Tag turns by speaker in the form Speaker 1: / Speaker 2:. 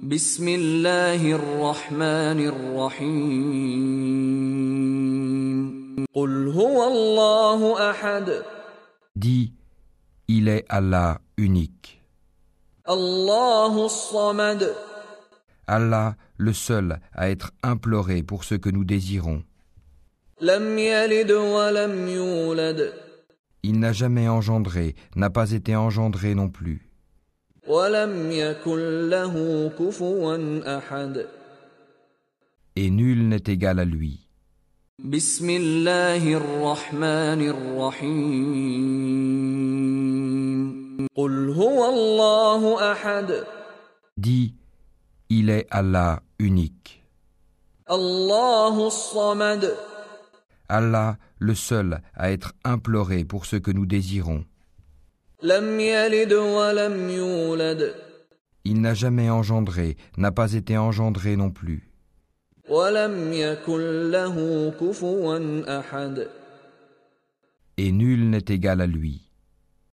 Speaker 1: بسم الله الرحمن الرحيم قل هو الله احد
Speaker 2: Dis, il est Allah unique,
Speaker 1: الله الصمد
Speaker 2: Allah le seul à être imploré pour ce que nous désirons.
Speaker 1: لم يلد ولم يولد
Speaker 2: Il n'a jamais engendré, n'a pas été engendré non plus,
Speaker 1: ولم يكن له كفوا احد
Speaker 2: et nul n'est égal à lui.
Speaker 1: بسم الله الرحمن الرحيم قل هو الله احد
Speaker 2: Dis, il est Allah unique,
Speaker 1: الله الصمد
Speaker 2: Allah le seul à être imploré pour ce que nous désirons.
Speaker 1: لم يلد ولم يولد
Speaker 2: Il n'a jamais engendré, n'a pas été engendré non plus,
Speaker 1: ولم يكن له كفوا احد
Speaker 2: et nul n'est égal à lui.